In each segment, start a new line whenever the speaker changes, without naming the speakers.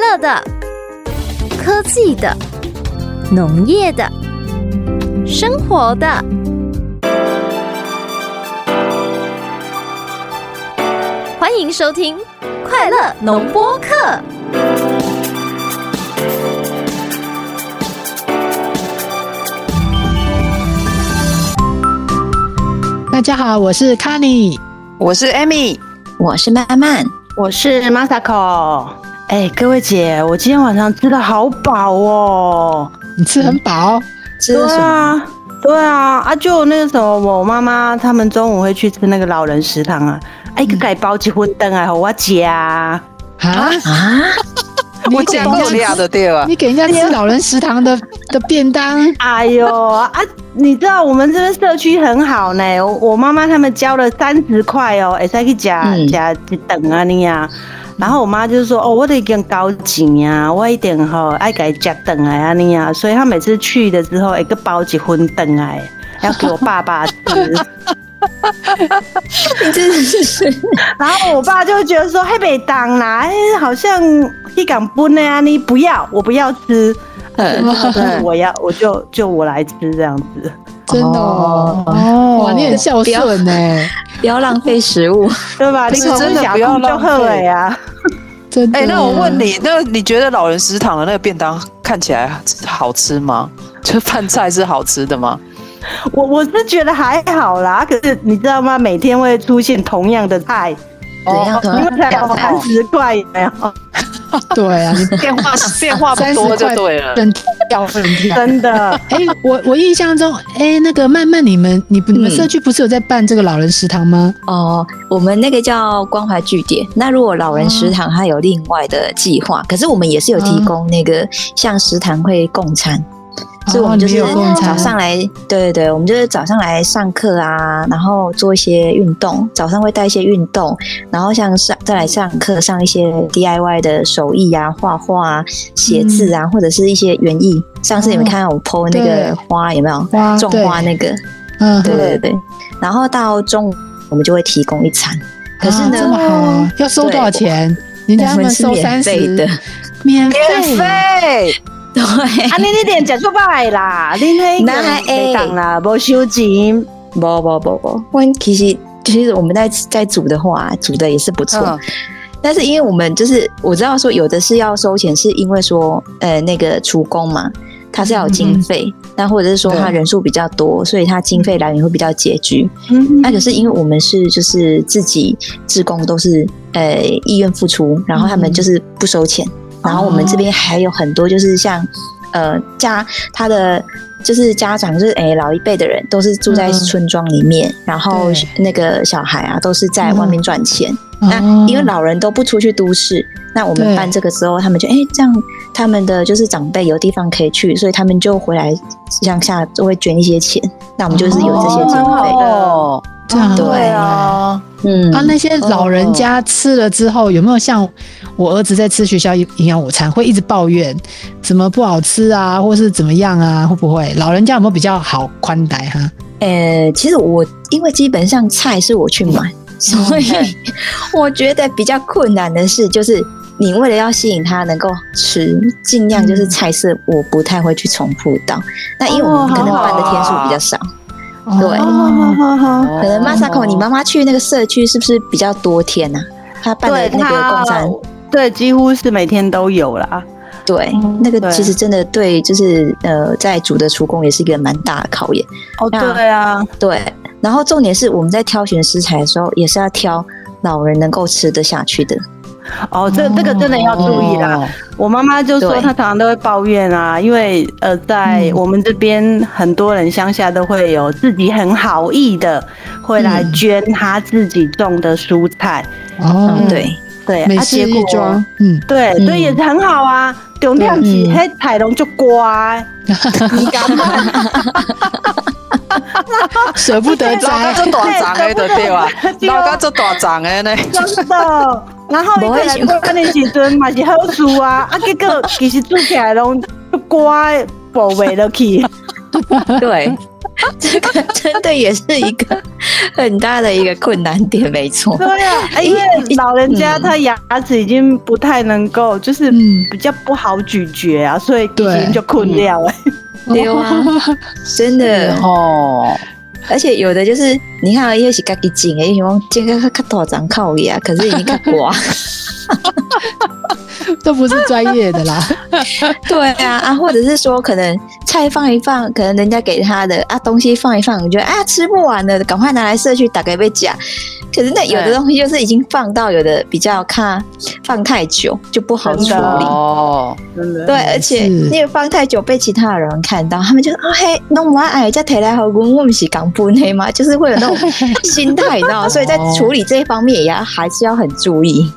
色的、科技的、农业的、生活的。欢迎收听《快乐农播课》。
大家好，我是 c a n y
我是 Amy，
我是曼曼，
我是 Masako。哎、各位姐，我今天晚上吃的好饱哦。
你吃很饱，
这是
对
什么？
啊，对啊，啊，就那个什么，我妈妈他们中午会去吃那个老人食堂啊。啊，
嗯
一个改包结婚灯啊，给我姐啊。
啊？
啊，
你
我
给
讲
人家
够俩
吃，
的对吧？
你给人家吃老人食堂的 的便当，
哎呦啊，你知道我们这边社区很好呢，我我妈妈他们交了三十块哦，会使去吃
嗯
吃一顿啊你啊。然后我妈就说：“哦，我都已经交钱啊，我一定吼爱给家顿来啊你啊。”所以她每次去的时候，会个包一份顿来，要给我爸爸吃。
你真的是
然后我爸就觉得说：“嘿，北当啦，哎好像一港不那啊，你不要，我不要吃，
嗯
我要我就就我来吃这样子。”
真的哦，
哦
哦哇，你很孝
不要
顺哎，
不要浪费食物。
对吧？
不
你
是
口
真的
小
不要
肚就
浪
喝了
费
呀。
真的。
哎、那我问，你，那你觉得老人食堂的那个便当看起来好吃吗？ 就饭菜是好吃的吗？
我我是觉得还好啦，可是你知道吗？每天会出现同样的菜，哦
怎
哦
样的
因为 才
表达
三十块，有没有？
对啊，你
变化变化不多就对了。
很掉很掉。
真的啊
哎，我我印象中，哎，那个曼曼，你们你你们
嗯
社区不是有在办这个老人食堂吗？
哦，我们那个叫关怀据点。那如果老人食堂，它有另外的计划，可是我们也是有提供那个像食堂会共餐，所以我们就是
哦你们有共餐
早上来，对对对，我们就是早上来上课啊，然后做一些运动，早上会带一些运动，然后像上再来上课上一些 DIY 的手艺啊，画画啊、写字啊，或者是一些园艺。上次你们
嗯哦
看到我 PO 那
对哦
个花有没有？
花
种花那个，
嗯，
对对对。然后到中午我们就会提供一餐，可是
啊
呢
这么好啊，要收多少钱？人家
我
们
们是
收
免
三十
费的，，
免
免
费。
费，
对，
啊，你你点讲出来啦，你那
那还
个没当啦，没收钱，
不不不不，我其实其实我们在在煮的话，煮的也是不错。
嗯
但是因为我们就是我知道说有的是要收钱，是因为说呃那个厨工嘛，他是要有经费，
嗯
那、或者是说他人数比较多，所以他经费来源会比较拮据。
嗯
那可是因为我们是就是自己志工都是呃意愿付出，然后他们就是不收
嗯
钱，然后我们这边还有很多就是像呃家他的。就是家长，就是诶、老一辈的人都是住在
嗯
村庄里面，然后
对嗯
那个小孩啊都是在外面赚钱，那
哦
啊因为老人都不出去都市，那我
对
们办这个时候，他们就哎、诶这样他们的就是长辈有地方可以去，所以他们就回来乡下就会捐一些钱。那我们就是有这些经费，
哦，
这样
对
对啊，
嗯，
啊，那些老人家吃了之后，有没有像我儿子在吃学校营营养午餐，会一直抱怨怎么不好吃啊，或是怎么样啊？会不会老人家有没有比较好宽待哈？
呃，其实我因为基本上菜是我去买，
哦
所以 我觉得比较困难的是，就是你为了要吸引他能够吃，尽量
嗯
就是菜色我不太会去重复到。那因为我们可能办的天数比较少，对
哦
好好
可能 Masako 你妈
妈
妈去那个社区是不是比较多天呐、她办的
对
那个共餐
他，，对，几乎是每天都有啦。
对
嗯，
哎那个
对
其实真的对，就是呃，在组的厨工也是一个蛮大的考验。
哦，
那
对啊，
对，然后重点是我们在挑选食材的时候，也是要挑老人能够吃得下去的。
哦，这这个真的要注意啦。我妈妈就说
对
她常常都会抱怨啊，因为呃，在
嗯
我们这边很多人乡下都会有自己很好意的会来
嗯
捐她自己种的蔬菜，
哦
嗯，，对，
对，
美
啊，
式
结
一
果
桩， 嗯，
对
嗯
对也是很好啊，重量级
嗯
嘿彩龙就乖，你敢吗？
舍不得
哎老家
摘，
做大长的就对吧？
对
哎老家做啊大长的呢，
真的。然后一个人过那时阵嘛是好事啊，啊，结果其实做起来拢就乖，宝贝落去。
对，这个真的也是一个 很大的一个困难点，没错。
对啊，哎因为老人家他牙齿已经不太能够，就是
嗯
比较不好咀嚼啊，所以已
对
经就困掉了。
对啊，真的，
哦，
而且有的就是你看啊，也是家己种的，因为这个较大张靠牙，可是已经较刮。
都不是专业的啦。
对啊，啊，或者是说可能菜放一放，可能人家给他的啊东西放一放，你觉得啊吃不完了，赶快拿来社区打给被夹。可是那有的
对
东西就是已经放到有的比较看放太久就不好处
真的
理。
哦，
真的，
对，嗯而且
是
那个放太久被其他人看到，他们就说：“哦嘿，弄完矮再提来好滚，我们是港不内嘛，就是会有那种心态，你知道吗？所以在处理这一方面也要还是要很注意。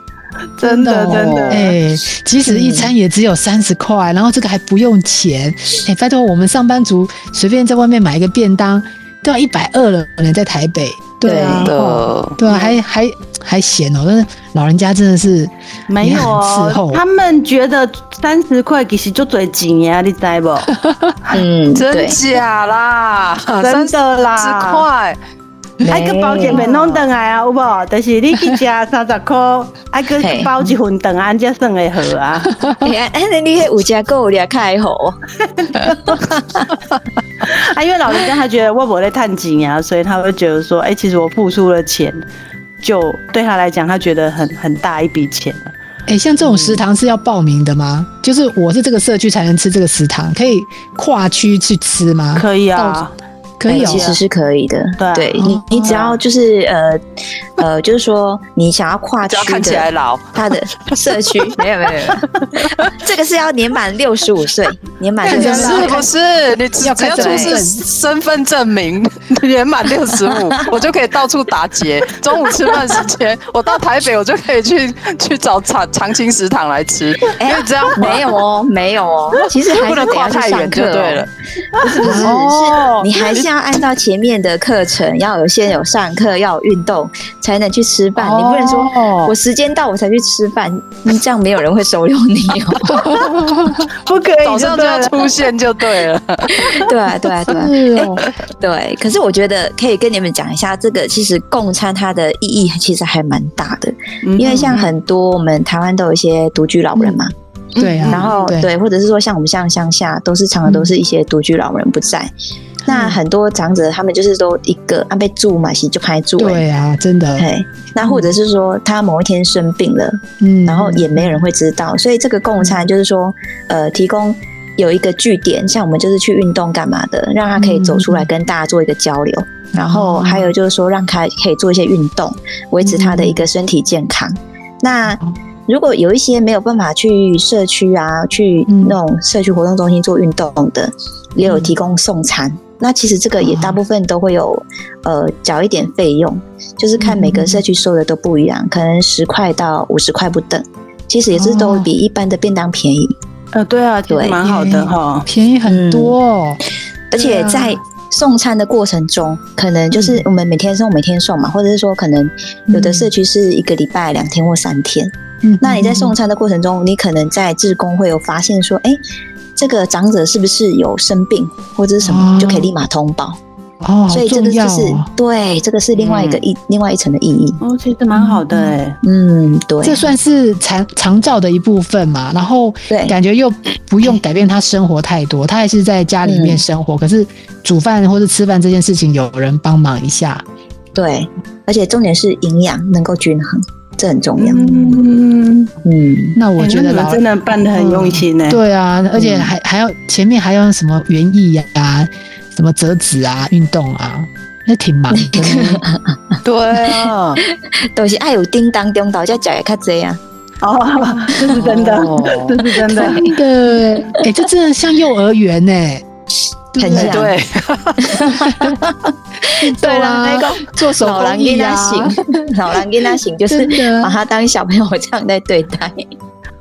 真的
哦
真的，
哎、即使一餐也只有三十块，然后这个还不用钱，哎、拜托我们上班族随便在外面买一个便当都要一百二了，可能在台北。对啊，
的
哦对啊，还还还嫌哦，但是老人家真的是
没有
也很伺
哦
候，
他们觉得三十块其实就多钱呀，你知不？
嗯，
真
对，
假啦，
真的啦
十块，
啊，个包一面弄回来啊，有无？就是你去吃三十块，啊个
嘿
包一份顿安才算会好啊。
哎呀，哎，那你五家够俩开吼，
啊，因为老人家他觉得我没在探钱啊，所以他会觉得说，哎、其实我付出了钱，就对他来讲，他觉得很很大一笔钱了。
哎、像这种食堂是要报名的吗？就是我是这个社区才能吃这个食堂，可以跨区去吃吗？
可以啊，
可以哦
哎其，实是可以的。
对啊
对你
哦，
你只要就是呃呃，就是说你想要跨
只要
区
看起来
的。
老，
他的社区没有没有没有， 这个是要年满六十五岁，年满
看
六
起
十
来
五
老
是不
岁
是？你只
要
只
看
要出
身
示
份
身份证明， 年满六十 五，我就可以到处打劫。中午吃饭时间，我到台北，我就可以去 去找长长青食堂来吃，
哎
因为这样
没有哦，没有哦， 其实还
不
是
能
得
跨
要去
太
上
远就
课、哦，
对了。
不是不是，
哦
是你还是要按照前面的课程，要有先有上课，要有运动，才能去吃饭。你不能说
哦
我时间到我才去吃饭，嗯这样没有人会收留你哦。
不可以
早
就
上
对
就要
了。
出现就对了。
对啊，对啊，对啊，
是哦，
对。可是我觉得可以跟你们讲一下，这个其实共餐它的意义其实还蛮大的，
嗯
因为像很多我们台湾都有一些独居老人嘛，
对啊，
嗯然后
对
对，或者是说像我们像乡下，都是常常都是一些独居老人不在，那很多长者他们就是都一个啊被住嘛，其实就拍住了。
对啊，真的，
对，那或者是说他某一天生病了，
嗯，
然后也没人会知道，所以这个共餐就是说，呃，提供有一个据点，像我们就是去运动干嘛的，让他可以走出来跟大家做一个交流，然后还有就是说让他可以做一些运动，维持他的一个身体健康。那如果有一些没有办法去社区啊，去
嗯
那种社区活动中心做运动的，也有提供送餐。那其实这个也大部分都会有，呃，缴一点费用，就是看每个
嗯
社区收的都不一样，可能十块到五十块不等。其实也是
哦
都比一般的便当便宜，
呃，对啊，其实
对
蛮好的哈。
便宜很多、哦
而且在送餐的过程中，可能
嗯
就是我们每天送每天送嘛，或者是说可能有的社区是一个礼拜两天或三天。
嗯
那你在送餐的过程中，你可能在志工会有发现说，哎，这个长者是不是有生病或者是什么，
哦
就可以立马通报。
哦，
所以这个就
好
是
重要哦嗯
对，这个是另外一个意，另外一层的意义。
哦，其实蛮好的哎、
嗯，对，
这算是长长照的一部分嘛，然后
对
感觉又不用改变他生活太多，他还是在家里面
嗯
生活，可是煮饭或是吃饭这件事情有人帮忙一下，
对，而且重点是营养能够均衡，这很重要。
嗯，
嗯
那我
哎
觉得
那你
老
们真的办的很用心呢、欸
对啊，而且还、还要前面还要什么园艺呀、什么折纸啊、运动啊，那挺忙的。
对 啊，
都是爱有叮当叮当，才食会较济 啊。
哦， 这是真的，
哦
这是
真
真的。
的，哎、这真的像幼儿园呢、对不对
很像
对，
对啦，
对啦
做手
老人
工艺
囡仔
呀、
型，老人囡仔型就是
真 的
把他当小朋友这样在对待。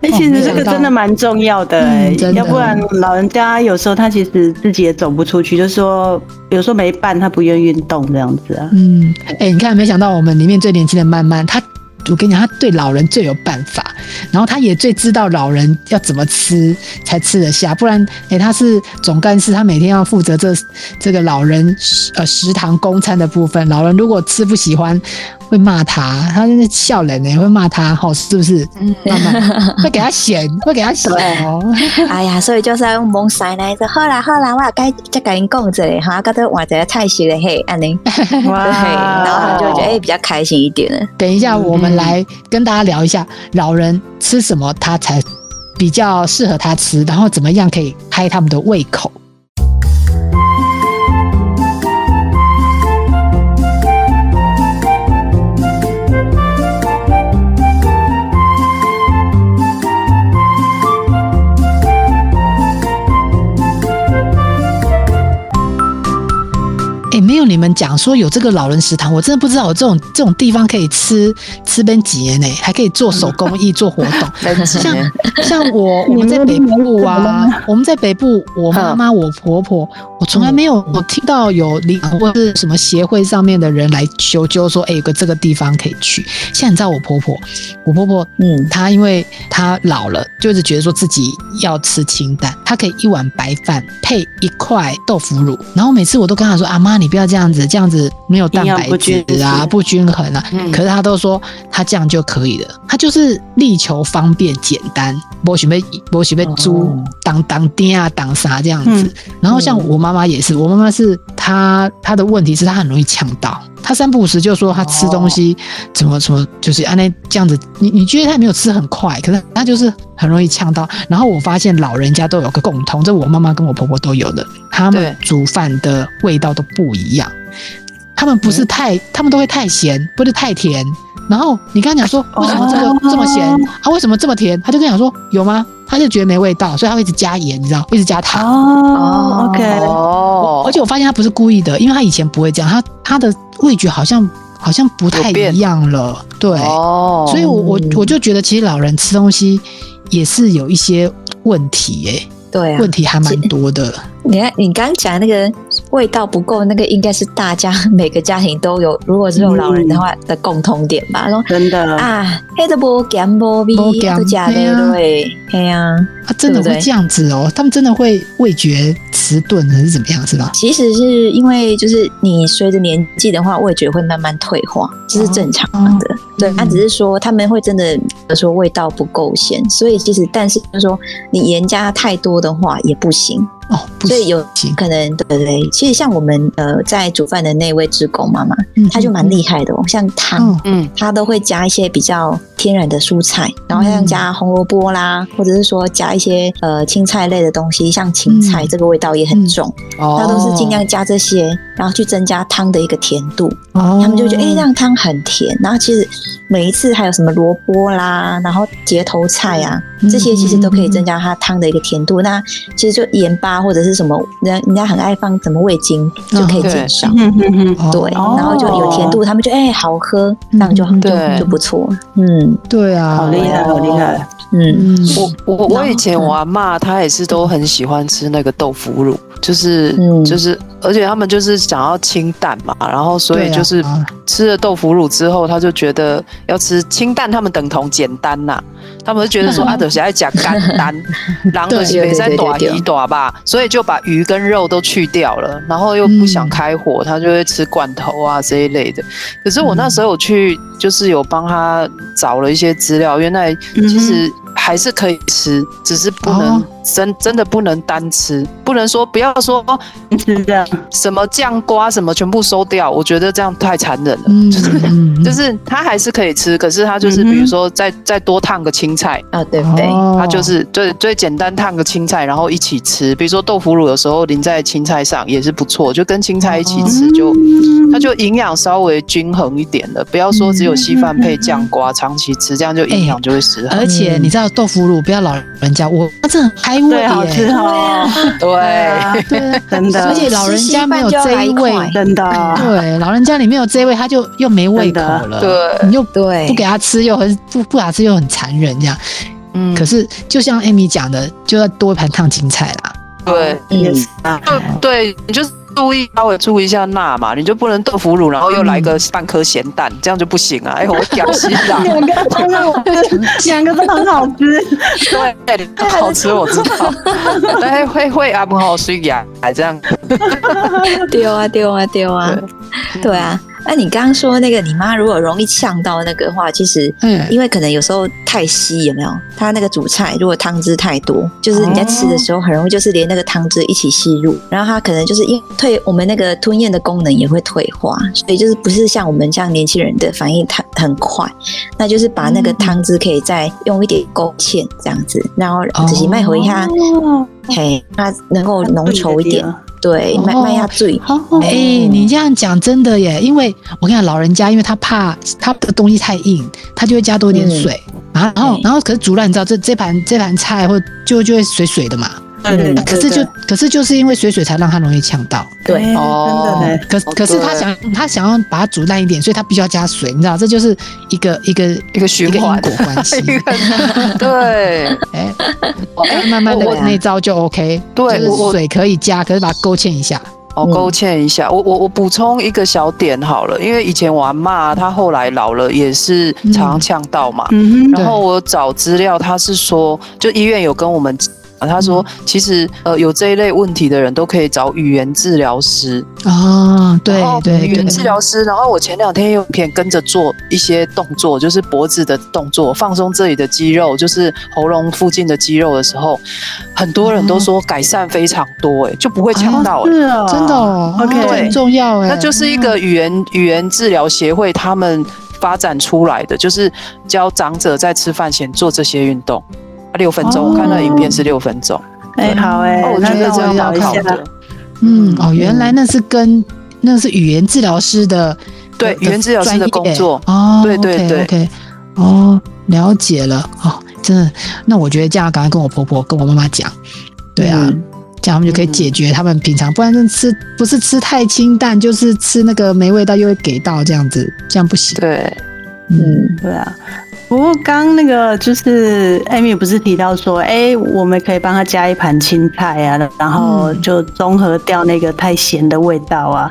哎、其实这个真的蛮重要的、哎
嗯真的
要不然老人家有时候他其实自己也走不出去，就是说有时 候没伴，他不愿意运动这样子啊。
嗯，哎、你看，没想到我们里面最年轻的曼曼，她我跟你讲，他对老人最有办法，然后他也最知道老人要怎么吃才吃得下，不然，哎、他是总干事，他每天要负责这这个老人食呃食堂供餐的部分，老人如果吃不喜欢。会骂他，他那笑人呢，会骂他，吼，是不是？嗯，慢慢会给他嫌，会给他嫌哦。
哎呀，所以就是要用蒙塞来说，好啦好啦，我该再跟你讲一下，哈，刚才换一个菜系的嘿，安尼，对，然后他们就会觉得哎、比较开心一点了。
等一下，我们来跟大家聊一下老人吃什么，他才比较适合他吃，然后怎么样可以开他们的胃口。哎，没有你们讲说有这个老人食堂，我真的不知道有这种 这种地方可以吃吃边几年呢，还可以做手工艺、做活 动。
分级
像像我我嗯们在北部啊，我们在北部，我妈妈、我婆婆，我从来没有我听到有领或是什么协会上面的人来求救说，哎、有个这个地方可以去。现在你知道我婆婆，我婆婆，
嗯
她因为她老了，就是觉得说自己要吃清淡，她可以一碗白饭配一块豆腐乳。然后每次我都跟她说，阿、妈你不要这样子，这样子没有蛋
营养
白
不
质
均
啊，
衡
不均衡啊。
嗯
可是他都说他这样就可以了，他就是力求方便简单，不许被不许被猪当当爹啊当啥这样子。
嗯
然后像我妈妈也是，我妈妈是她她的问题是她很容易呛到，她三不五时就说她吃东西、怎么怎么就是按那这样子，你你觉得她没有吃很快，可是她就是很容易呛到。然后我发现老人家都有个共通，这我妈妈跟我婆婆都有的，他们煮饭的味道都不一样。他们不是太，他们都会太咸，不是太甜。然后你跟他讲说，为什么这个
哦
这么咸、啊？为什么这么甜？他就跟你讲说有吗？他就觉得没味道，所以他会一直加盐，你知道，一直加糖。
哦
哦
，OK，
哦，
而且我发现他不是故意的，因为他以前不会这样，他他的味觉好像好像不太
有变
一样了，对，
哦，
所以我我
嗯
我就觉得其实老人吃东西也是有一些问题耶、
对啊
问，题还蛮多的，
你看你刚讲那个味道不够，那个应该是大家 每个家庭都有，如果是有老人的话的共同点吧。说
真的，
啊，黑的无咸无味，
没咸
都假
对
的
啊
对，嘿呀、
他啊真的
对
会
不对
这样子哦、他们真的会味觉迟钝还是怎么样，是吧？
其实是因为就是你随着年纪的话，味觉会慢慢退化，这是正常的。对，他、只是说他们会真的呃说味道不够咸，所以其实但是就是说你盐加太多的话也不行，
哦，不
所以有
行，
可能对对对。其实像我们呃在煮饭的那位职工妈妈，她就蛮厉害的哦，像汤。
嗯
嗯，
她都会加一些比较天然的蔬菜，然后像
嗯
加红萝卜啦，或者是说加一些呃青菜类的东西，像芹菜，
嗯
这个味道也很重。
哦
它都是尽量加这些，然后去增加汤的一个甜度。
哦
他们就觉得，哎、让汤很甜。然后其实每一次还有什么萝卜啦，然后节头菜啊，
嗯
这些其实都可以增加它汤的一个甜度。那其实就盐巴或者是什么，人家人家很爱放什么味精，就可以减少。
嗯嗯
哦
对，然后就有甜度，他们就哎、好喝，
嗯
这样就
对
就就不错。嗯
对啊，
好厉害，好厉害，
嗯，
嗯，
我我我以前我阿妈她也是都很喜欢吃那个豆腐乳，就是、
嗯
就是，而且他们就是想要清淡嘛，然后所
对
以
啊
就是吃了豆腐乳之后，她就觉得要吃清淡，他们等同简单呐、他们就觉得 说啊，等下要讲干单，然后
对
没在
对对
短
对
鱼短吧，所以就把鱼跟肉都去掉了，然后又不想开火，
嗯
她就会吃罐头啊这一类的。可是我那时候有去，就是有帮他找了一些资料，原来
嗯
其实还是可以吃，只是不能、
哦
真真的不能单吃，不能说不要说哦
是这样，
什么酱瓜什么全部收掉，我觉得这样太残忍了。
嗯，
就是
嗯
就是他还是可以吃，可是他就是
嗯哼
比如说再、再多烫个青菜，
啊，对不对？
哦
他就是最最简单烫个青菜，然后一起吃。比如说豆腐乳有时候淋在青菜上也是不错，就跟青菜一起
哦
吃就。
嗯
它就营养稍微均衡一点了，不要说只有稀饭配酱瓜，长期吃这样就营养就会失衡。
而且
嗯
你知道豆腐乳不要老人家，我那真的很开胃
对，
啊
好吃
耶，
哦，
对，
对，
对，啊
真的
而且老人家没有这一
啊吃稀饭就要来
味
一，
真的，
对，老人家里面有这一味，他就又没胃口了，
真的对
你又
对
不给他吃，又很不不给他吃又很残忍这样。
嗯，
可是就像 Amy 讲的，就要多一盘烫青菜啦。
对
嗯
也是啊，，
对，你就是注意稍微注意一下钠嘛，你就不能豆腐乳，然后又来个半颗咸蛋，这样就不行啊！哎，我屌丝啦
两个 都让我吃，两个都很好吃。
对，好吃我知道，但会会啊不好吃呀，哎这样
丢啊丢啊丢啊！对啊，那你刚刚说那个你妈如果容易呛到那个话，其实
嗯，
因为可能有时候太稀，有没有？它那个煮菜如果汤汁太多，就是你在吃的时候很容易就是连那个汤汁一起吸入，然后它可能就是因为退我们那个吞咽的功能也会退化，所以就是不是像我们这样年轻人的反应太很快，那就是把那个汤汁可以再用一点勾芡这样子，然后只是卖回它，
哦
嘿，它能够浓稠一点，对，卖
哦
卖它醉。
好好
哎、你这样讲真的耶，因为我跟你讲，老人家因为他怕他的东西太硬，他就会加多一点水，然后
对
然后可是煮烂，你知道这这盘这盘菜或就就会水水的嘛，
对对
嗯
对
可是就可是就是因为水水才让他容易呛到。
对
哎
哦
真的呢。
可是
哦
可是他
对
想他想要把它煮烂一点，所以他必须要加水，你知道，这就是一个一个
一个循
一个因
环。
果关系
一个对
哎，慢慢的
我
那一招就 OK，
对
就是
我我
水可以加，可是把它勾芡一下。
哦，
嗯
勾芡一下。我我我补充一个小点好了，因为以前我阿妈她后来老了也是常常呛到嘛，
嗯哼，
然后我找资料，她是说就医院有跟我们。讲，她说：“其实，呃，有这一类问题的人都可以找语言治疗师。
哦，对
然后
对
语言
对，
治疗师。然后我前两天有片跟着做一些动作，就是脖子的动作，放松这里的肌肉，就是喉咙附近的肌肉的时候，很多人都说改善非常多、欸，就不会呛到、欸。
是啊嗯哦，
真的哦
OK
哦这很重要哎，
那就是一个语言语言治疗协会他们发展出来的，就是教长者在吃饭前做这些运动。啊六分钟，
哦
我看那影片是六分钟。
哎，好哎
哦，，我
那
觉得
让
这
我
样
找
蛮
一
好
下。
的。
嗯哦，原来那是跟那是语言治疗师的
对
的
语言治疗师的
专业
工作
哦，
对对
OK，
对
OK，哦，了解了哦，真的，那我觉得这样赶快跟我婆婆跟我妈妈讲，对啊。
嗯
这样他们就可以解决他们平常，不然真的吃不是吃太清淡，就是吃那个没味道又会给到这样子，这样不行。
对，
嗯，
嗯，
对啊。不过刚那个就是艾米不是提到说，哎、我们可以帮他加一盘青菜啊，然后
嗯
就中和掉那个太咸的味道啊。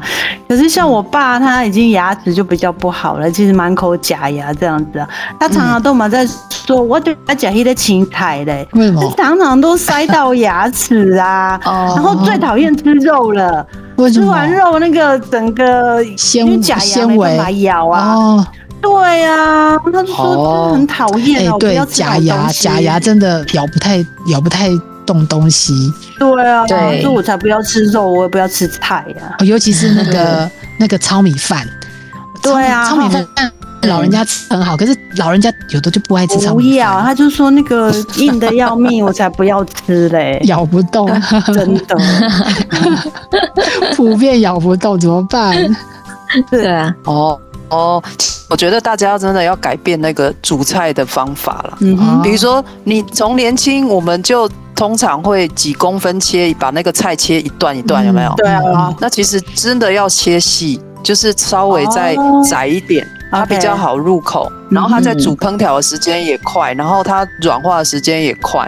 可是像我爸他已经牙齿就比较不好了，其实满口假牙这样子啊，他常常都满在说，
嗯
我对他讲一个青菜嘞，
为什
他
么？
常常都塞到牙齿 啊。然
哦，
后最讨厌吃肉了，
为什
吃
么？
完肉那个整个
纤
因为假牙没
纤维
办法咬啊，
哦，
对呀、他就说真的很讨厌
哎
啊，我，不
对
要，吃
假
老
牙
东西
假牙，真的咬不太咬不太动东西，
对啊，
对
所以我才不要吃肉，我也不要吃菜啊呀、
哦尤其是那个 那个糙米饭。
对啊
糙米糙米饭老人家吃很好，可是老人家有的就不爱吃糙
不
米
要，
饭，
他就说那个硬的要命，我才不要 吃嘞，
咬不动，
真 的，
普遍咬不动，怎么办？
对啊，
哦哦，我觉得大家真的要改变那个煮菜的方法了。
嗯
哦
哼，
比如说，你从年轻，我们就通常会几公分切，把那个菜切一段一段，有没有？
对
嗯
啊，
那其实真的要切细，就是稍微再
哦
窄一点，它
OK 嗯
比较好入口。然后它在煮烹调的时间也快，然后它软化的时间也快。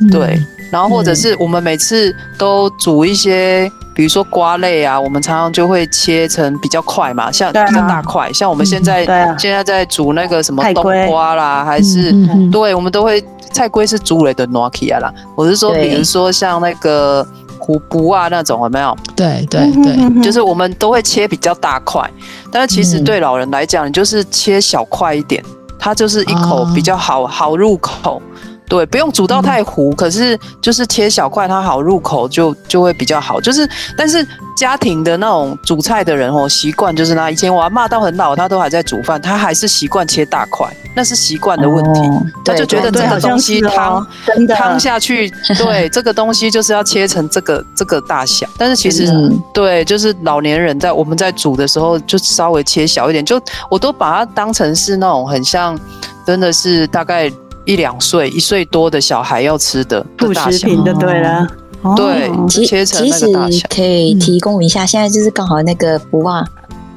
嗯
对，然后或
嗯
者是我们每次都煮一些，比如说瓜类啊，我们常常就会切成比较块嘛，像
对啊
比较大块，像我们现在
对啊
现在在煮那个什么
菜
冬
龟
瓜啦，还是
嗯嗯嗯
对，我们都会菜龟是煮了的 nokia 啦，我是说，
对
比如说像那个虎卜啊那种有没有？
对对
嗯
对，
就是我们都会切比较大块，但是其实
嗯
对老人来讲，你就是切小块一点，它就是一口
哦
比较好、好入口。对，不用煮到太糊，可是就是切小块，它好入口就就会比较好。就是，但是家庭的那种煮菜的人哦，习惯就是那以前我阿妈到很老，她都还在煮饭，她还是习惯切大块，那是习惯的问题。
哦
他
对
就觉得
对
这
好
个
像
东西
是哦
汤
真的
汤下去，对这个东西就是要切成这个 这个大小。但是其实
嗯
对，就是老年人在我们在煮的时候，就稍微切小一点，就我都把它当成是那种很像，真的是大概一两岁、一岁多的小孩要吃的
副
的大
食
小。
品就对了，哦
对
其
切成
其
那
实
个大小
可以提供一下，现在就是刚好那个不啊，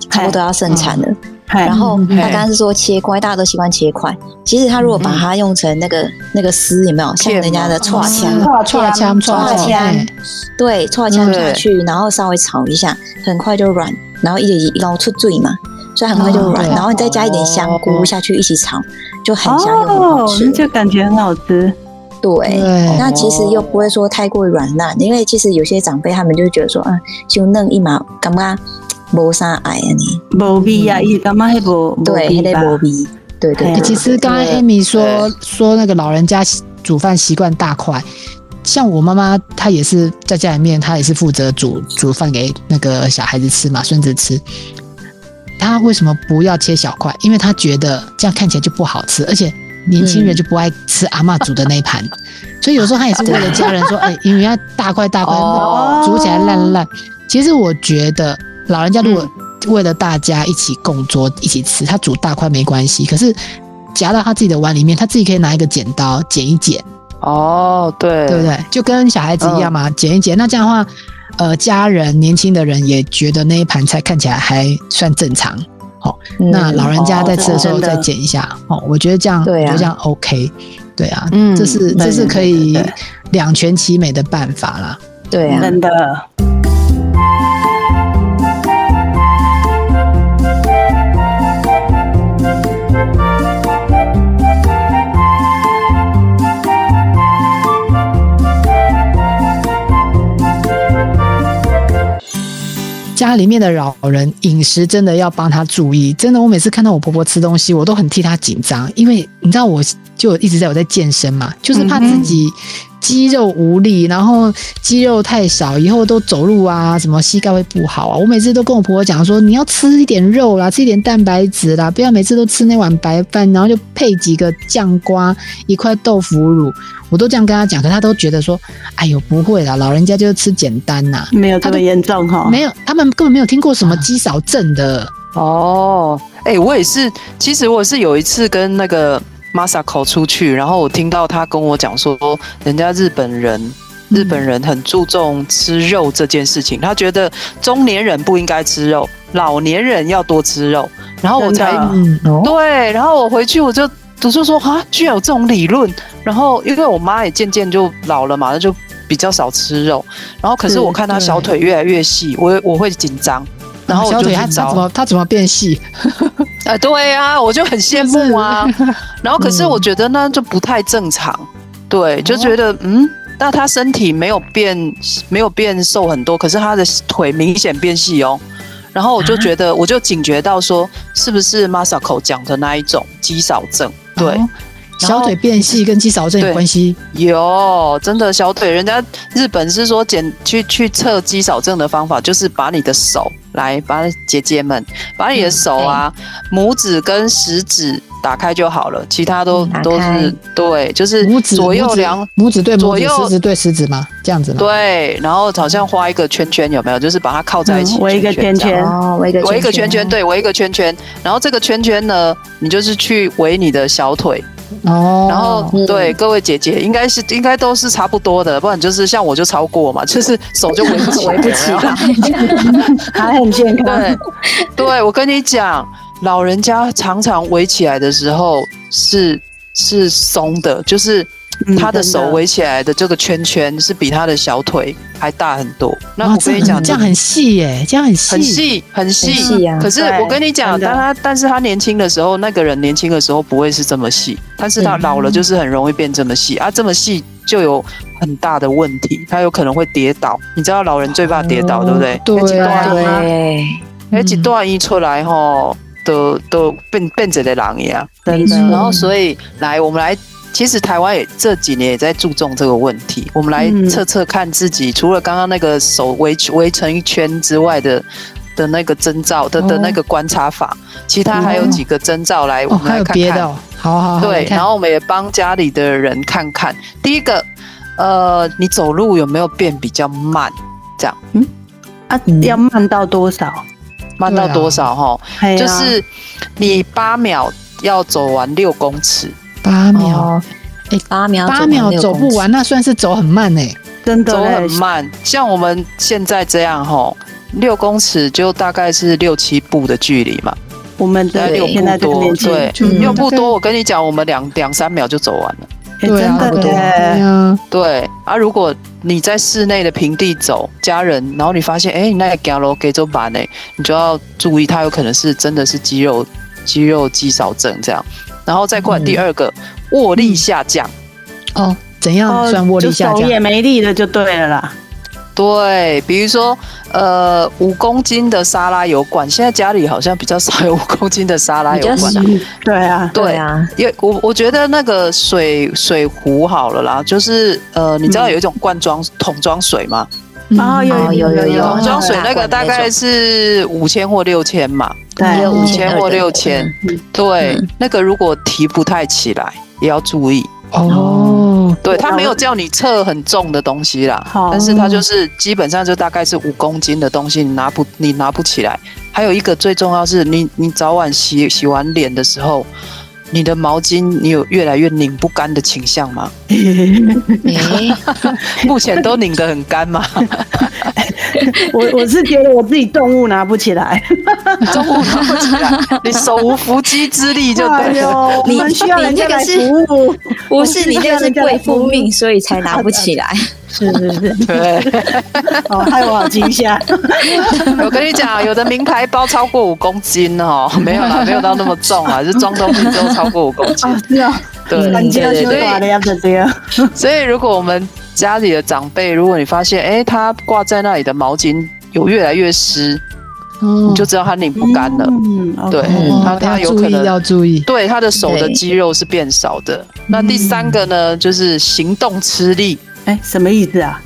差不多要盛产了，
嘿
然后
嗯
哎
他刚刚是说切块，大家都习惯切块。其实他如果把它用成那个那个丝，有没有像
片
人家的串
是
枪？
串串枪
串
串
枪
哎
对，搓枪
对
下去，然后稍微炒一下，很快就软，然后一直捞出醉嘛，所以很快就软。
哦
然后你再加一点香菇
哦
下去一起炒，就很香又很好
哦
吃。，
就感觉很好吃。
对，
对，
那其实又不会说太过软烂，因为其实有些长辈他们就觉得说，啊，就嫩一毛，感觉没啥爱啊你，
嗯
无味啊，伊感觉迄无无
对，
味
迄
吧
个？无味，对对
哎
对，
欸其实刚刚
对
Amy 说说那个老人家习煮饭习惯大块，像我妈妈她也是在家里面，她也是负责煮煮饭给那个小孩子吃嘛，孙子吃。她为什么不要切小块？因为她觉得这样看起来就不好吃，而且年轻人就不爱吃阿嬷煮的那一盘，所以有时候她也是为了家人 说，哎、因为要大块大块，
哦
煮起来烂烂。其实我觉得老人家如
嗯
果为了大家一起共桌、一起吃，他煮大块没关系，可是夹到他自己的碗里面，他自己可以拿一个剪刀剪一剪，
哦，对，
对不对？就跟小孩子一样嘛，
嗯
剪一剪。那这样的话，呃，家人年轻的人也觉得那一盘菜看起来还算正常。
嗯
那老人家在吃的时
哦
候
真的
再剪一下哦，我觉得这样，
对
我
啊
觉得这样 OK，对啊，
嗯
这是这是可以
对对对
两全其美的办法啦。
对啊，
真的，
家里面的老人饮食真的要帮他注意，真的，我每次看到我婆婆吃东西，我都很替她紧张，因为你知道我就一直在我在健身嘛，就是怕自己肌肉无力，然后肌肉太少，以后都走路啊什么膝盖会不好啊。我每次都跟我婆婆讲说，你要吃一点肉啦，吃一点蛋白质啦，不要每次都吃那碗白饭，然后就配几个酱瓜，一块豆腐乳，我都这样跟她讲，可她都觉得说，哎呦不会啦，老人家就是吃简单呐、
没有这么严重哈。
没有，他们根本没有听过什么肌少症的。
哦，哎、我也是，其实我是有一次跟那个 Masako 出去，然后我听到他跟我讲说，人家日本人。日本
嗯
人很注重吃肉这件事情，他觉得中年人不应该吃肉，老年人要多吃肉。然后我
真的
才
嗯，哦，
对，然后我回去我就我就说啊，居然有这种理论。然后因为我妈也渐渐就老了嘛，那就比较少吃肉。然后可是
是
我看她
对哦
小腿越来越细，我我会紧张。然后我
小
就
腿
去
他他
找
怎么他怎么变细？
哎，对啊，我就很羡慕啊。然后可是我觉得那就不太正常，对，就觉得嗯，那他身体没有变，没有变瘦很多，可是他的腿明显变细哦。然后我就觉得，我就警觉到说，是不是 Masako 讲的那一种肌少症？对，
哦小腿变细跟肌少症有
对
关系。
有真的小腿，人家日本是说检去去测肌少症的方法，就是把你的手来，把姐姐们把你的手啊，拇指跟食指打开就好了，其他都、
嗯打
都
开
是对，就是
拇指
左右
拇指
量。
拇指对拇
左
指，
右
食指对食指嘛，这样子嘛。
对，然后好像画一个圈圈，有没有？就是把它靠在一起，
嗯围一个圈
这样
圈
哦，围一个
围一个圈圈，，对，围一个圈圈。然后这个圈圈呢，你就是去围你的小腿，
哦，
然后、
嗯
对各位姐姐，应该是应该都是差不多的，不然就是像我就超过嘛， 就是手就围不起来，
围不起
有没有，
来
还很健 康。
对，对我跟你讲，老人家常常围起来的时候是是松的，就是
嗯
他的
真
手
的
围起来的这个圈圈是比他的小腿还大很多。那
哇
我跟你
这哦
讲，
很这样很细耶，这样很细，
很细很细，
细啊
可是
对
我跟你讲，
真的
当他但是他年轻的时候，那个人年轻的时候不会是这么细，但是他
嗯
老了就是很容易变这么细啊，这么细就有很大的问题，他有可能会跌倒。你知道老人最怕跌倒，
哦
对不对？
对
那几
啊
段
对，
那几段一出来吼，都都变变成的狼一样。
真
嗯
没错
的
然后所以来我们来。其实台湾也这几年也在注重这个问题，我们来
嗯
测测看自己、除了刚刚那个手围围成一圈之外的的那个征兆的的
哦
那个观察法，其他还有几个征兆来、
哦，
我们
还
来
有
看
别
看。
的哦，好好好，来
对，
看
然后我们也帮家里的人看看。第一个，呃，你走路有没有变比较慢？
啊
嗯，
要慢到多少？
慢到
对啊
多少？哈、
哎呀
就是你八秒要走完六公尺。
八秒，
哦
哎，
八秒，
八秒走不，完，那算是走很慢呢。
真的
走
嘞
很慢，像我们现在这样吼，六公尺就大概是六七步的距离嘛。
我们的
对
现
现在
在这
六
个
步多，
年纪，
对，
嗯
六步多，我跟你讲，我们两两三秒就走完了。
哎
对
真
啊，
的
对
对
耶，
啊，
对啊，如果你在室内的平地走，家人，然后你发现，哎、你那个 g a l 给走板呢，你就要注意，它有可能是真的是肌肉肌肉肌少症这样。然后再过来第二个，握力下降，
哦，怎样算握力下
就手
降？
也没力了，就对了啦。
对，比如说，呃，五公斤的沙拉油罐，现在家里好像比较少有五公斤的沙拉
比较
油罐
少
啊。
对啊，
对
对啊，
因为我我觉得那个水水壶好了啦，就是呃，你知道有一种罐装、桶装水吗？
嗯
然后有
哦有有有
桶装水那个大概
哦
是五千或六千嘛，
也
对
有
哦
五
千或六千，对
嗯，
那个如果提不太起来，也要注意。
哦，
对他
我
没有叫你测很重的东西啦，
好
但是他就是基本上就大概是五公斤的东西，你拿不你拿不起来。还有一个最重要是你你早晚洗洗完脸的时候，你的毛巾你有越来越拧不干的倾向吗？
诶，
哎
目前都拧得很干嘛？
我我是觉得我自己动物拿不起来，
中午拿不起来， 你手无缚鸡之力 就
哎
对了。
呦，
你
我们需要人家来服务，
不是你这个是贵妇命，所以才拿不起 来。
是是是，
对，
哦，害我好惊吓，
我跟你讲，有的名牌包超过五公斤哦，没有啦，没有到那么重啊，是装东西之后超过五公斤
哦。是啊，
对，
人家
嗯对
就
对
大的要这样，
所以，如果我们家里的长辈，如果你发现，哎，他挂在那里的毛巾有越来越湿，
你
你就知道他拧不干了。
嗯，
对
OK
嗯
他他有可能
要哦注意，
对他的手的
对
肌肉是变少的。
嗯
那第三个呢，就是行动吃力。
哎，什么意思啊？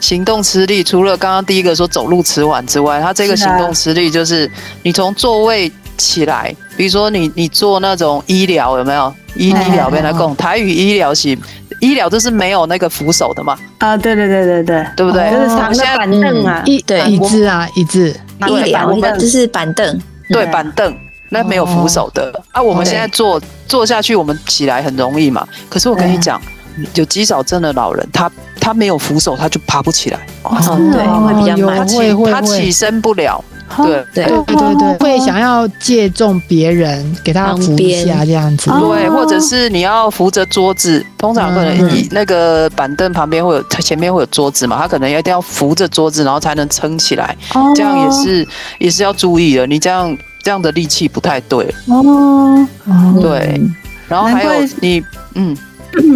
行动吃力，除了刚刚第一个说走路迟缓之外，他这个
是
行
啊
动吃力就是你从座位起来，比如说你你做那种医疗有没有？医
哎
医疗被他
哦
供，台语医疗型医疗就是没有那个扶手的嘛，
啊，对对对对对，
对不对？
就是
我
长
们
的
现在
板凳啊，
一
对
椅子啊，椅子，
长
医
的
疗
板
那
凳
个就是板凳，
对
对啊
板凳，那没有扶手的、啊。我们
对
现在坐坐下去，我们起来很容易嘛。可是我跟你讲，有肌少症的老人，他他没有扶手，他就爬不起来，
哦
哦对会比较
有
慢
他起
会会
他起
会，
身不了。对
哦
对
对对
哦
对，会想要借重别人给他扶一下这样子，
哦
对，或者是你要扶着桌子，通常可能
嗯
你那个板凳旁边会有，它前面会有桌子嘛，他可能一定要扶着桌子，然后才能撑起来。
哦
这样也是也是要注意的，你这样这样的力气不太对。
哦，
对，然后还有
难怪
你，嗯，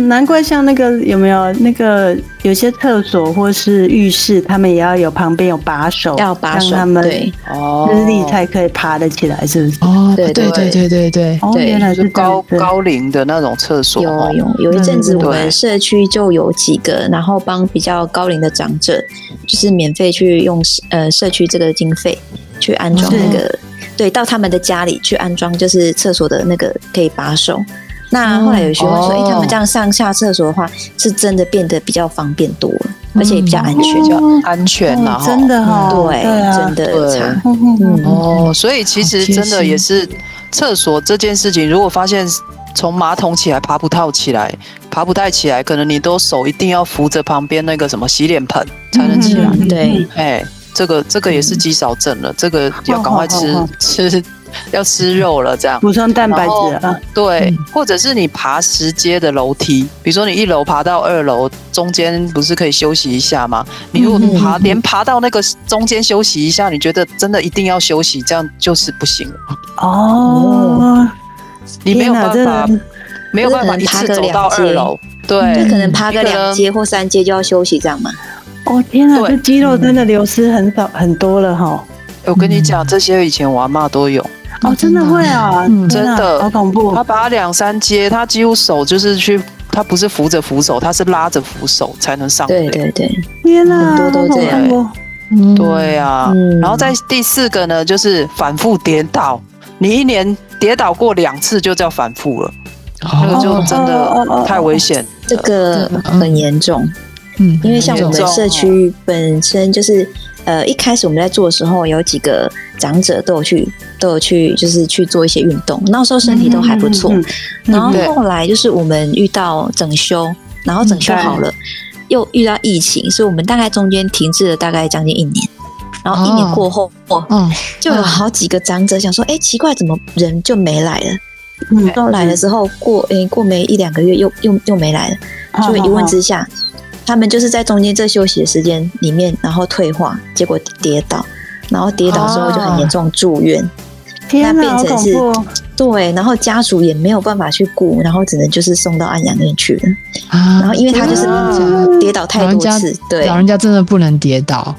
难怪像那个有没有那个有些厕所或是浴室，他们也要有旁边有把手，
要把手
让他，们
对，
哦，
吃力才可以爬得起来，是不是？
哦，对
对
对
对
对对对，
哦，
对
原来
就是是
这样
高
子
高龄的那种厕所
有
哦，
有有一阵子，
对
我
对
们社区就有几个，然后帮比较高龄的长者，就是免费去用呃社区这个经费去安装
是
那个，对，到他们的家里去安装，就是厕所的那个可以把手。那后来有学会说，
哦
哎、他们这样上下厕所的话，是真的变得比较方便多了，而且也比较安全。
比较安全啦，
哦
哈
真的哈，
嗯对，
啊，
真的
对
差。
嗯嗯嗯
嗯
哦，所以其实真的也是厕所这件事情，如果发现从马桶起来爬不到起来，爬不太起来，可能你都手一定要扶着旁边那个什么洗脸盆才能起来，
嗯嗯
对
哎。这个这个也是肌少症了，这个要赶快吃
哦哦
吃，要吃肉了这样。
补充蛋白质啊，
对，
嗯
或者是你爬石阶的楼梯，比如说你一楼爬到二楼，中间不是可以休息一下吗？你如果
嗯
爬连爬到那个中间休息一下，你觉得真的一定要休息，这样就是不行了，
哦，
你没有办
天
法
哪，这
没有办法
不
一
是可能
次
爬个
走到
两阶
二楼，
就
对
可能爬
你
个
可能
两阶或三阶就要休息，这样嘛？
哦天啊，
对
这肌肉真的流失很少很多了哈。
我跟你讲，这些以前我阿妈都有，
哦，真的会啊
嗯，
啊
真的
好恐怖
她。爬两三阶，她几乎手就是去，她不是扶着扶手，她是拉着扶手才能上
对
楼
对对，
天哪，
很多都这
样
好恐怖
嗯
对啊，
嗯
然后在第四个呢，就是反复跌倒。你一年跌倒过两次就叫反复了，那个
哦
就真
哦哦哦
的
哦
太危险。
这个很严重。
嗯，
因为像我
很严
们
重
社
哦
区本身就是，呃，一开始我们在做的时候，有几个长者都有去，都有去，就是去做一些运动，那时候身体都还不错。
嗯嗯嗯
然后
对
后来就是我们遇到整修，然
嗯
后整修好了，又遇到疫情，所以我们大概中间停滞了大概将近一年。然后一
哦
年过后，
嗯，
就有好几个长者想说，哎、奇怪，怎么人就没来了？
嗯，
到来的时候过，哎、过没一两个月又又又没来了。所以一
嗯
问之下，他们就是在中间这休息的时间里面，然后退化，结果跌倒，然后跌倒之后就
啊
很严重住院。
天
那
哪，好
变成
恐
是
怖哦！
对，然后家属也没有办法去顾，然后只能就是送到安养院去了。
啊
然后因为他就是
嗯
跌倒太多次，对，
老人家真的不能跌倒，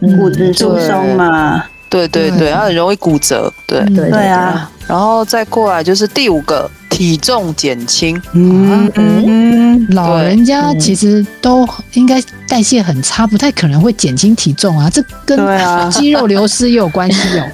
嗯
骨质疏
对
松嘛，
对对
对
对，
嗯
它很容易骨折，对。
嗯
对
对啊，
然后再过来就是第五个，体重减轻，
嗯嗯，
老人家
对嗯
其实都应该代谢很差，不太可能会减轻体重啊，这跟
对啊
肌肉流失也有关系哦。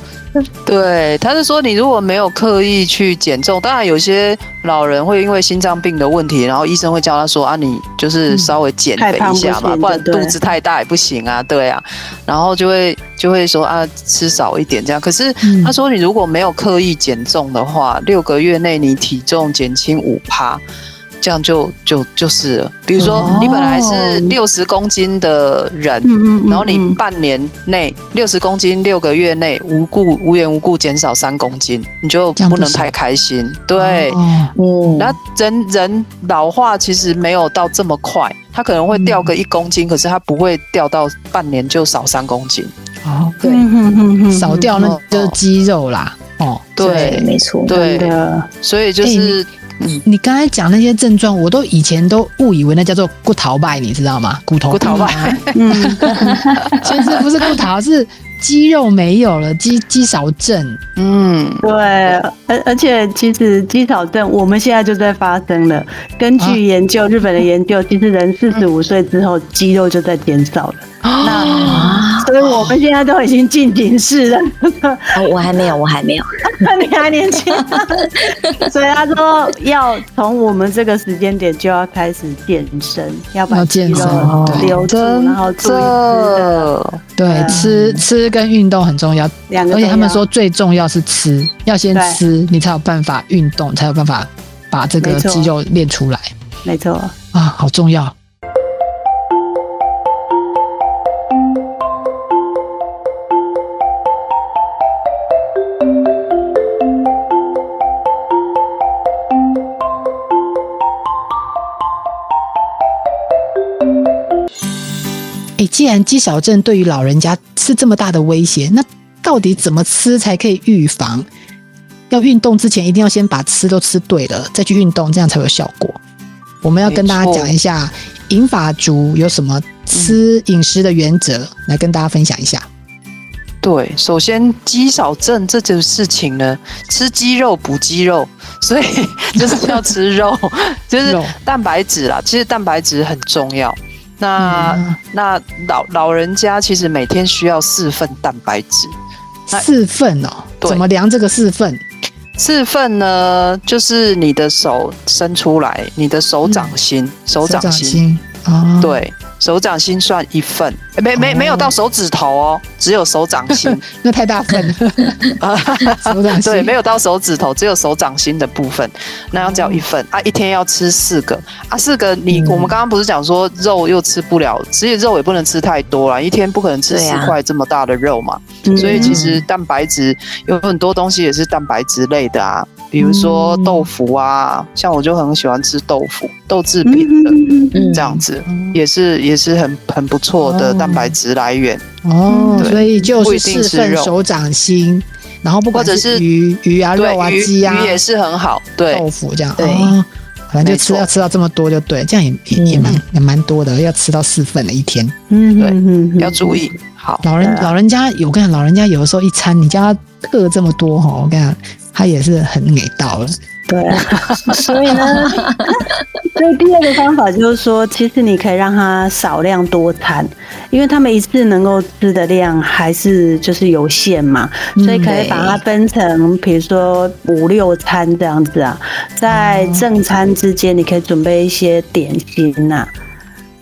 对，他是说你如果没有刻意去减重，当然有些老人会因为心脏病的问题，然后医生会叫他说啊，你就是稍微减
太
肥
胖
一
不
下嘛，
行
不然
嗯对
肚子太大也不行啊，对啊，然后就会就会说啊，吃少一点这样。可是
嗯
他说你如果没有刻意减重的话，六个月内你体重减轻五趴。这样就就就是了，比如说你本来是
哦
六十公斤的人，
嗯
然后你半年内六十公斤，六个月内无故无缘无故减少三公斤，你就
这样不
不能
行
太开心。 对，
哦
嗯，
那人人老化其实没有到这么快，他可能会掉个一公斤，可是他不会掉到半年就少三公斤。
好，
对
对
少掉那就是肌肉啦。哦，
嗯对，
对
没错，
对，
的，
所以就是嗯
你刚才讲那些症状，我都以前都误以为那叫做骨头败，你知道吗？骨头
骨头
病
吧
啊，
嗯，
其实不是骨头，是肌肉没有了，肌肌少症。
嗯，
对，而而且其实肌少症我们现在就在发生了。根
啊
据研究，日本的研究，其实人四十五岁之后肌肉就在减少了，
啊
那
所以我们现在都已经进警式了。
哦，我还没有，我还没有，
你还年轻，所以他说要从我们这个时间点就要开始健身，要把
要
肌
健身哦
肉
对
留住，然后注意吃的
的，
对，吃吃跟运动很重要，
两个
而
都要。
且他们说最重要是吃，要先
对
吃，你才有办法运动，才有办法把这个
没错
肌肉练出来
没错，
啊，好重要。诶，哎既然肌少症对于老人家是这么大的威胁，那到底怎么吃才可以预防？要运动之前，一定要先把吃都吃对了，再去运动，这样才有效果。我们要跟大家
没错
讲一下银发族有什么
嗯
吃饮食的原则，来跟大家分享一下。
对，首先肌少症这件事情呢，吃鸡肉补肌肉，所以就是要吃肉， 就是
肉
蛋白质啦。其实蛋白质很重要。那、
嗯
那老老人家其实每天需要四份蛋白质，那
四份哦，
哎对
怎么量这个四份？
四份呢就是你的手伸出来，你的手掌心，手掌心，
啊，哦，
对，手掌心算一份，诶没没没有到手指头哦，只有手掌心。
那太大 份了， 手掌心
啊对，没有到手指头，只有手掌心的部分，那要叫一份、啊，一天要吃四个啊，四个你、
嗯
我们刚刚不是讲说肉又吃不了，其实肉也不能吃太多啦，一天不可能吃
对
十
啊
块这么大的肉嘛，
嗯
所以其实蛋白质有很多东西也是蛋白质类的啊，比如说
嗯
豆腐啊，像我就很喜欢吃豆腐、豆制品的、
嗯
嗯，
这样子。
嗯
也是也是很很不错的
哦
蛋白质来源，
哦，
对
所以就
不
是
一定
四
是
份
肉
手掌心，然后不管
或者是
鱼鱼啊、
对
肉啊、
鱼
鸡啊
鱼、也是很好，对，
豆腐这样，
对
哦反正就
没
吃
错
要吃到这么多就对，这样也也也蛮也蛮多的，要吃到四份了一天。
嗯
对
嗯
要注意。好，
老
啊
人老人家，我跟你讲，老人家有的时候一餐你叫他饿这么多哈，我跟你讲，他也是很给到了。
对啊，所以呢，所以第二个方法就是说，其实你可以让他少量多餐，因为他们一次能够吃的量还是就是有限嘛，所以可以把它分成，比如说五六餐这样子啊，在正餐之间，你可以准备一些点心呐、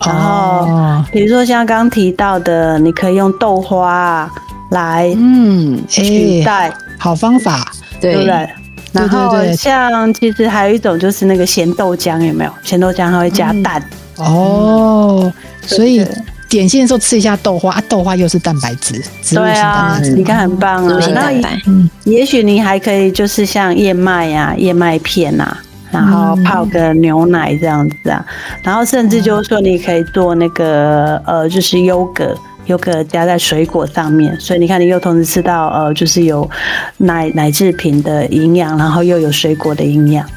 然后
哦，
比如说像刚刚提到的，你可以用豆花啊来
嗯，
取
哎，
代。
好方法，
对
对不对？然后
对对
像其实还有一种就是那个咸豆浆，有没有？咸豆浆它会加蛋，
哦，所以
对
点心的时候吃一下豆花，啊、豆花又是蛋白质，植物
对
性蛋
啊
白，质。
你看很棒
植物
啊。
性
那
蛋白，
嗯，
也许你还可以就是像燕麦啊、燕麦片啊，然后泡个牛奶这样子啊，然后甚至就是说你可以做那个呃，就是优格。优格加在水果上面，所以你看，你又同时吃到呃，就是有奶奶制品的营养，然后又有水果的营养。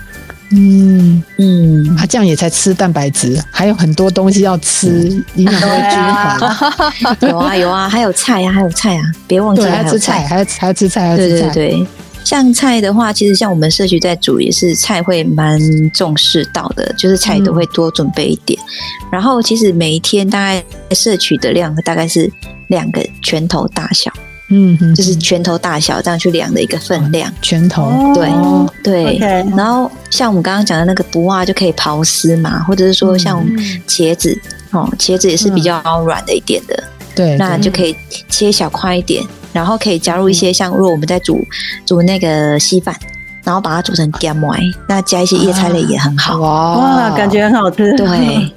嗯，
嗯，
啊，这样也才吃蛋白质，还有很多东西要吃，营养才会均衡。
有啊有啊，还有菜啊，还有菜啊，别忘记
对，
了
还
还
要
有
吃菜，
菜。
还要还要吃菜，还要
对
吃
对
呃菜。
对，像菜的话，其实像我们社区在煮也是菜会蛮重视到的，就是菜
嗯
都会多准备一点。然后其实每一天大概摄取的量大概是两个拳头大小，
嗯嗯，
就是拳头大小这样去量的一个分量。
拳头。
对
哦
对
OK
然后像我们刚刚讲的那个不啊，就可以刨丝嘛，或者是说像
嗯
茄子、哦，茄子也是比较软的一点的，
对，
那
对嗯
就可以切小块一点，然后可以加入一些像，如果我们在煮煮那个稀饭，然后把它煮成干麦，那加一些叶菜类也很
哦
好。
哇，感觉很好吃。
对
嗯，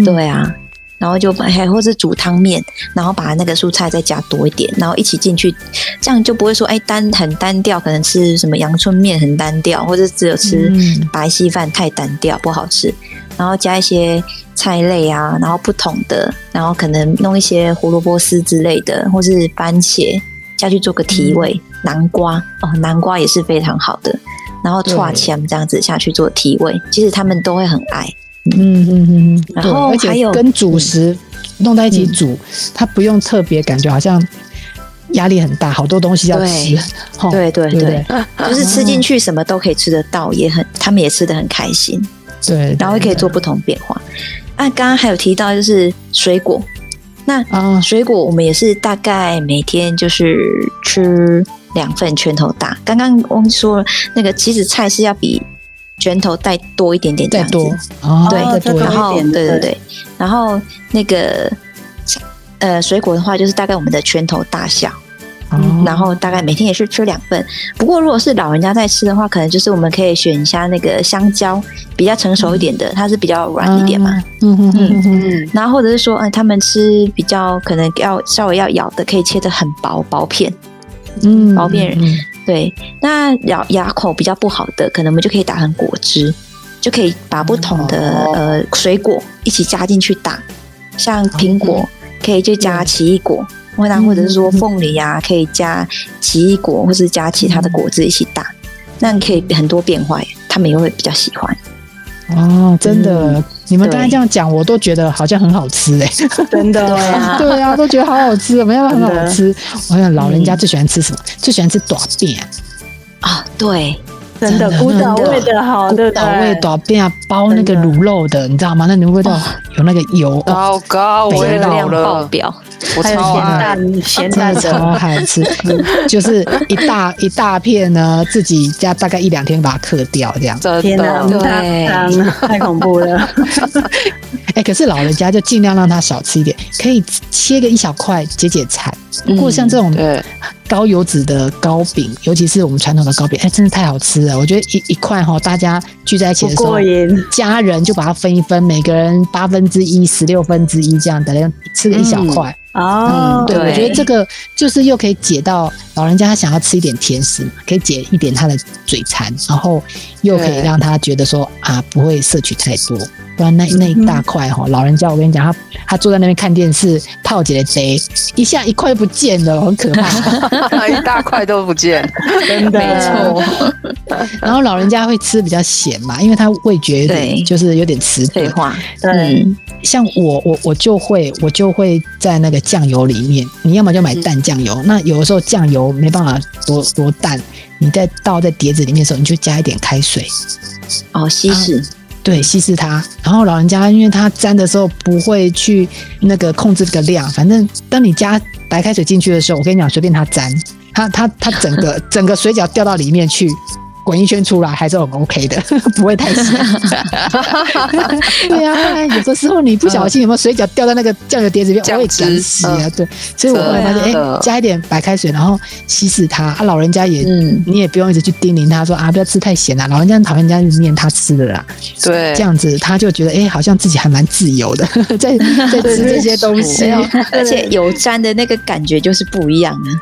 嗯，
对啊，然后就把还或是煮汤面，然后把那个蔬菜再加多一点，然后一起进去，这样就不会说哎单很单调，可能吃什么阳春面很单调，或者只有吃
嗯
白稀饭太单调不好吃，然后加一些菜类啊，然后不同的，然后可能弄一些胡萝卜丝之类的，或是番茄下去做个提味，
嗯
南瓜哦，南瓜也是非常好的。然后
对
串签这样子下去做提味，其实他们都会很爱。
嗯嗯嗯嗯，
然
对
后
而且
还有
跟主食弄在一起煮，它不用特别感觉好像压力很大，好多东西要吃
对，
吼
对对
哦对不
对，就是吃进去什么都可以吃得到，也很他们也吃得很开心，
对，
然后也可以做不同变化。那刚刚还有提到就是水果，那
啊，
水果我们也是大概每天就是吃两份拳头大。刚刚忘记说了，那个其实菜是要比拳头再多一点点这
再
样
多
子，
啊，
对
再多一
然
点，
后
多一点
对对
对
对，然后那个呃水果的话就是大概我们的拳头大小。
哦
然后大概每天也是吃两份。不过如果是老人家在吃的话，可能就是我们可以选一下那个香蕉，比较成熟一点的，它是比较软一点嘛。，
嗯嗯嗯嗯嗯，
然后或者是说，哎，他们吃比较呃可能要稍微要咬的，可以切的很薄薄片。
嗯，
薄片
嗯，
对，那咬牙口比较不好的，可能我们就可以打成果汁，就可以把不同的、
哦
呃水果一起加进去打，像苹果、可以就加奇异果，或那或者是说凤梨啊，可以加奇异果，或是加其他的果汁一起打，那你可以很多变化耶，他们也会比较喜欢。
哦，真的，你们刚才
对
这样讲，我都觉得好像很好吃哎，
真的
对啊
对啊，都觉得好好吃，我们要不要很
真
好
的
吃？我想老人家最喜欢吃什么？最喜欢吃短饼，
啊、对，
真的
真的
古早味的好，对不
岛味
对？
短饼啊包那个
真的
卤肉的，你知道吗？那你味道有那个油，哦
糟糕，我也
热
老
量爆
了，
表，
我
还有
超
咸
爱。
蛋，咸
真
蛋
的超好 吃，就是一大一大片呢，自己家大概一两天把它嗑掉这样。
真
天哪，
的，
五大汤太恐怖了！
哎、可是老人家就尽量让他少吃一点，可以切个一小块解解馋。不过像这种
对，
高油脂的糕饼，尤其是我们传统的糕饼，哎、真的太好吃了。我觉得一一块哈，大家聚在一起
不
的时候
过，瘾，
家人就把它分一分，每个人八分之一、十六分之一这样的，吃个一小块。
哦
嗯，，对，我
对
觉得这个就是又可以解到老人家他想要吃一点甜食嘛，可以解一点他的嘴馋，然后又可以
对
让他觉得说啊不会摄取太多，不然那那一大块哈、老人家我跟你讲，他他坐在那边看电视泡姐的贼，哎一下一块不见了，很可怕。
一大块都不见。
真的，
没错，
然后老人家会吃比较咸嘛，因为他味觉有
对
点就是有点迟钝
废，话，
对，
嗯，
像我我我就会我就会在那个酱油里面，你要么就买淡酱油，那有的时候酱油没办法多多淡，你再倒在碟子里面的时候，你就加一点开水，
哦，西式，
嗯
对，稀释它。然后老人家因为他沾的时候不会去那个控制这个量，反正当你加白 开水进去的时候，我跟你讲，随便他沾，他他他整个整个水饺掉到里面去。滚一圈出来还是很 OK 的， 不会 太咸。对啊，不然有的时候你不小心有没有水饺掉在那个酱油碟子边，我
酱
会想
汁
死啊。
嗯
对，所以我后来发现，哎、
真的
加一点白开水，然后稀释它。啊，老人家也，
嗯，
你也不用一直去叮咛他说啊，不要吃太咸啊。老人家很讨厌人家一直念他吃的啦，
对
这样子他就觉得，哎、好像自己还蛮自由的， 在在吃这些东西
对。啊， 而且有沾的那个感觉就是不一样啊。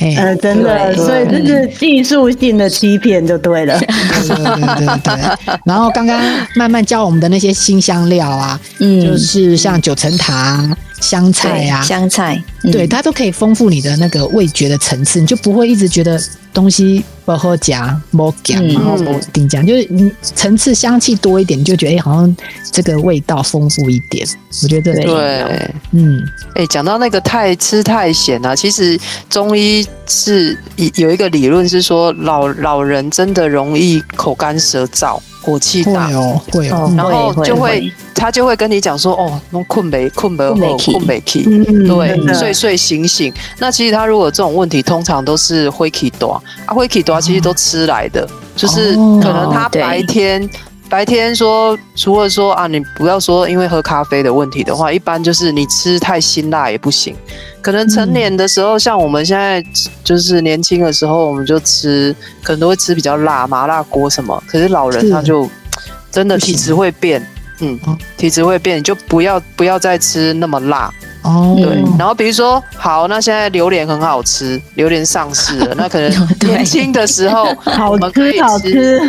哎、
呃，真的，
对
所以这是技术性的欺骗就对了。
对对对对对。然后刚刚慢慢教我们的那些新香料啊，
嗯，
就是像九层塔啊、香菜
对
啊，
香菜，嗯
对，它都可以丰富你的那个味觉的层次，你就不会一直觉得东西不好夹、不夹，
嗯
然后不定讲，就是你层次香气多一点，你就觉得哎、好像这个味道丰富一点。我觉得这很重
对，
要
哎、
嗯，
讲到那个太吃太咸啊，其实中医是有有一个理论是说老老人真的容易口干舌燥、火气
会
大，
哦，会哦
哦，
嗯
然后
会
就
会
会他就会跟你讲说，哦，弄困没困没
困
后
不起
困没气。
嗯
对，
真
睡
的
睡醒醒。那其实他如果有这种问题，通常都是灰体多啊，灰体多其实都吃来的，就是
哦
可能他
对
白天、白天说，除了说啊，你不要说因为喝咖啡的问题的话，一般就是你吃太辛辣也不行。可能成年的时候，像我们现在就是年轻的时候，我们就吃可能都会吃比较辣，麻辣锅什么。可是老人
是
他就真的
不行
体质会变，嗯
哦，
体质会变，你就不要不要再吃那么辣。
哦，
对
嗯，
然后比如说，好，那现在榴莲很好吃，榴莲上市了，那可能
对
年轻的时候
好
我们可以
吃好吃，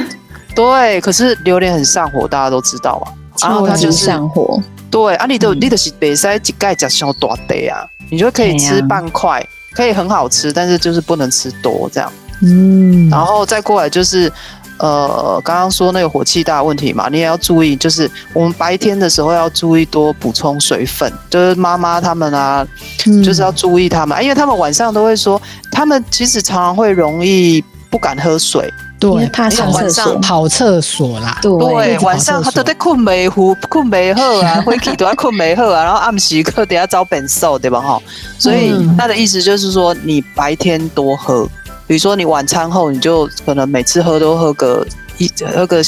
对，可是榴莲很上火，大家都知道啊。然后它
超级
就是
上火，
对啊，你都
嗯
你的是北塞几盖加小多的啊，你就可以
对
吃
啊
半块，可以很好吃，但是就是不能吃多这样。
嗯，
然后再过来就是，呃，刚刚说那个火气大的问题嘛，你也要注意，就是我们白天的时候要注意多补充水分，就是妈妈他们啊，
嗯
就是要注意他们，啊因为他们晚上都会说，他们其实常常会容易不敢喝水，
因为
对
怕上厕所，
跑厕所啦，
对，
一直跑
晚上
厕
他
所
都在困没糊，困没好 啊，回去都要困没好啊，然后暗时课等下找本瘦，对吧？哈，所以
嗯
他的意思就是说，你白天多喝，比如说你晚餐后，你就可能每次喝都喝个一喝个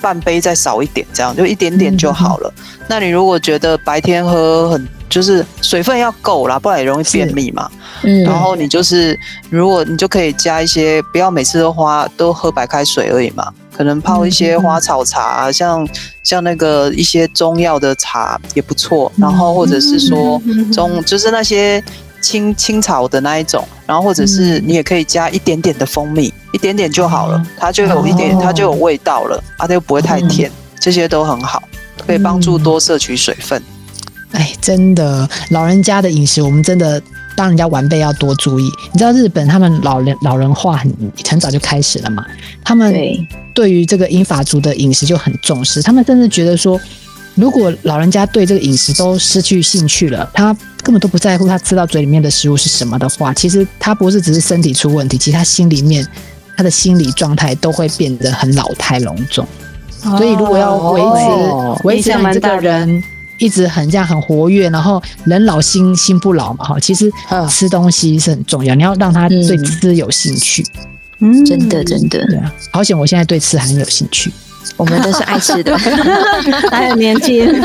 半杯，再少一点，这样就一点点就好
嗯
了。那你如果觉得白天喝很就是水分要够啦，不然也容易
是
便秘嘛。
嗯，
然后你就是，如果你就可以加一些，不要每次都花都喝白开水而已嘛，可能泡一些花草茶啊、像像那个一些中药的茶也不错，然后或者是说中就是那些青青草的那一种，然后或者是你也可以加一点点的蜂蜜，一点点就好了，它就有一点、它就有味道了，啊，它又不会太甜，这些都很好，可以帮助
嗯
多摄取水分。
哎，真的，老人家的饮食，我们真的当人家晚辈要多注意。你知道日本他们老人老人化很很早就开始了嘛？他们
对，
对于这个英法族的饮食就很重视，他们甚至觉得说，如果老人家对这个饮食都失去兴趣了，他根本都不在乎他吃到嘴里面的食物是什么的话，其实他不是只是身体出问题，其实他心里面他的心理状态都会变得很老态龙钟。
哦
所以如果要维
哦
持维持
影响
让你
蛮
这
大
个
的
人一直很这样很活跃，然后人老心心不老嘛哈，其实
嗯
吃东西是很重要，你要让他对
嗯
吃有兴趣。
嗯
真的真的，
对啊，好险我现在对吃很有兴趣。
我们都是爱吃 的，
还很年轻，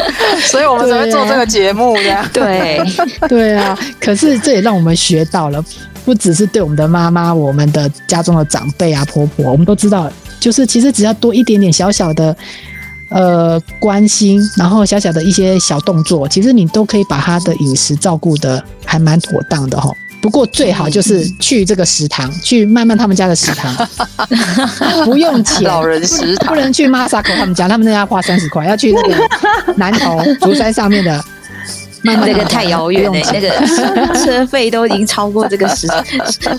所以我们才会做这个节目这样。
对，
对啊，可是这也让我们学到了，不只是对我们的妈妈、我们的家中的长辈啊、婆婆，我们都知道，就是其实只要多一点点小小的呃关心，然后小小的一些小动作，其实你都可以把她的饮食照顾的还蛮妥当的哈、不过最好就是去这个食堂，去慢慢他们家的食堂，不用钱，
老人食堂
不能去 Masako 他们家，他们那家花三十块，要去那个南头竹山上面的。慢慢
那个太遥远
了
了，，那个车费都已经超过这个 食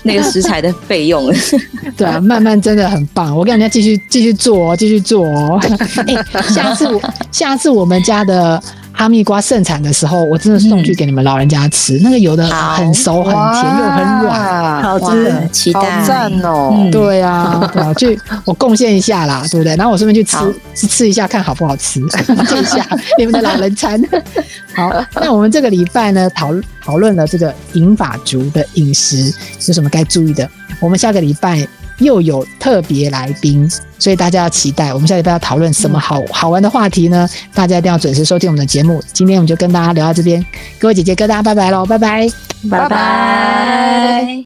那个食材的费用了。
对啊，慢慢真的很棒，我跟人家继续继续做哦，继续做哦。 哎、下次我下次我们家的哈密瓜盛产的时候，我真的送去给你们老人家吃。那个有的
好
很熟、很甜又很软。
哇
好
哇
吃。，
期
好
待
赞。哦！
嗯
对啊， 对啊，去我贡献一下啦，对不对？然后我顺便去吃
好
吃吃一下，看好不好 吃，这一下你们的老人餐。 好，那我们这个礼拜呢，讨讨论了这个银发族的饮食有什么该注意的。我们下个礼拜又有特别来宾，所以大家要期待。我们下礼拜要讨论什么好好玩的话题呢？大家一定要准时收听我们的节目。今天我们就跟大家聊到这边，各位姐姐跟大家拜拜喽，拜拜。
拜拜。